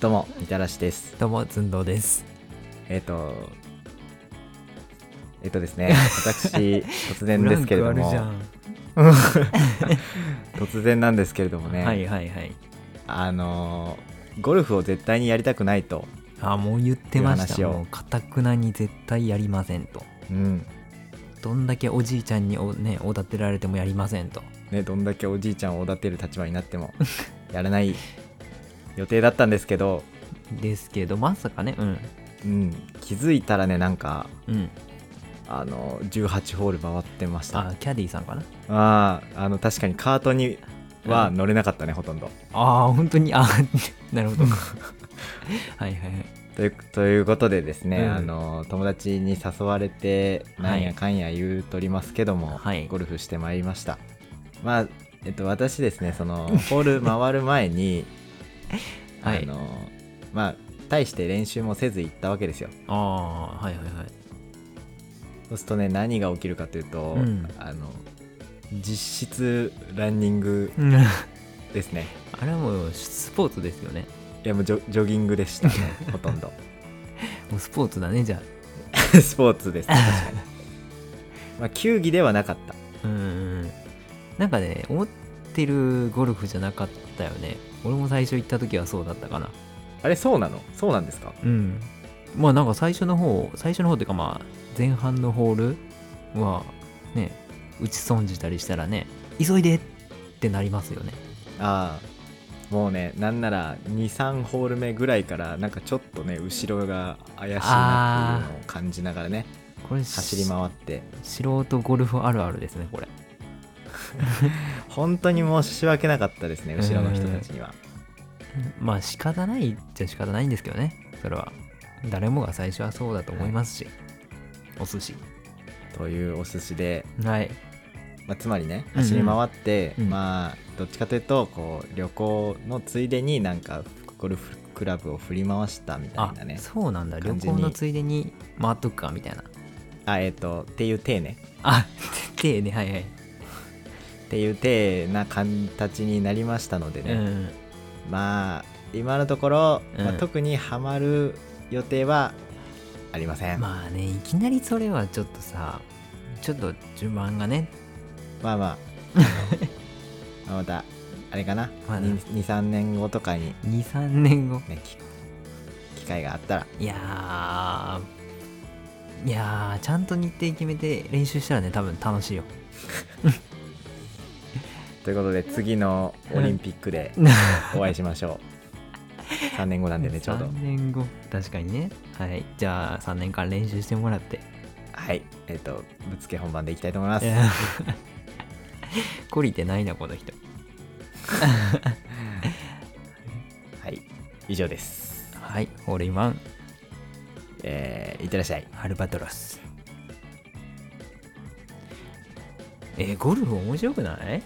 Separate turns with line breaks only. どうも、みたらしです。
どうも、ずんどうです。
えっ、と、えっ、と ですね、私、突然ですけれど
ブランクあ
も、
る
突然なんですけれども
じゃ
ね、
ん。はいはいはい。
あのー、ゴルフを絶対にやりたくないと、
あ、もう言ってまし
いう話
た。
を
もう、かたくなに絶対やりませんと。
うん、
どんだけおじいちゃんにお,、ね、おだてられてもやりませんと。
ね、どんだけおじいちゃんをおだてる立場になって も、やらない予定だったんですけど、
ですけど、まさかね、うん。
うん、気づいたらね、なんか、
うん。
あの18ホール回ってました
あ、キャディーさんかな。
あーあの確かにカートには乗れなかったね、ほとんど
ああ、本当に、あ なるほど。 はいはいはい。
というということでですね、
うん
あの友達に誘われてなんやかんや言うとりますけども、
はい
ゴルフしてまいりましたまあえっと私ですねそのホ ール回る前に、
はい
あのまあ大して練習もせず行ったわけですよ
ああ、はいはいはい。
そうするとね何が起きるかというと、
うん
あの実質ランニングですね
あれはもう、スポーツですよね。
いやもうジョジョギングで したねほとんど
もうスポーツだね、じゃ
スポーツ ですね確かにまあ球技ではなかった
あ。うんうんうん。なんかね、思ってるゴルフじゃなかったよね。俺も最初行った時はそうだったかな。
あれそうなのそうなんですか
うん。まあなんか最初の方、最初の方っていうかまあ前半のホールはね、打ち損じたりしたらね、急いでってなりますよね。
ああもうねなんなら23ホール目ぐらいからなんかちょっとね後ろが怪しいなっていうのを感じながらね
これ
走り
す。
回って
素人ゴルフあるあるですね、これ。
本当に申し訳なかったですね後ろの人たちには
まあ仕方ないっちゃ仕方ないんですけどね、それは。誰もが最初はそうだと思いますし。お寿司。
というお寿司で、
はい。
まあ、つまりね
うんうん
走り回って、
うん
まあどっちかというとこう旅行のついでになんかゴルフクラブを振り回したみた
あ
いな、ね
そうなんだ。旅
感じに
行のついでに回っとくか、みたいな。
あえっ、とっていう体ね
あ、 てね、はいはい。
っていう体な形になりましたのでね、
うん。
まあ今のところ、まあ
うん
特にハマる予定はありません、ま
まあねいきなりそれはちょっとさちょっと順番がね
あ まああのまたあれかな、
まあね
23年後とかに、
23年後
ね、き機会があったら
いやーいやーちゃんと日程決めて練習したらね多分楽しいよ
ということで次のオリンピック でお会いしましょう3年後なんでねちょうど
3年後確かにねはいじゃあ3年間練習してもらって
はいえっ、とぶっつけ本番でいきたいと思います
いやー 懲りてないなこの人
はい以上です
はいホールインワン
えー、いってらっしゃい
アルバトロスえーゴルフ面白くない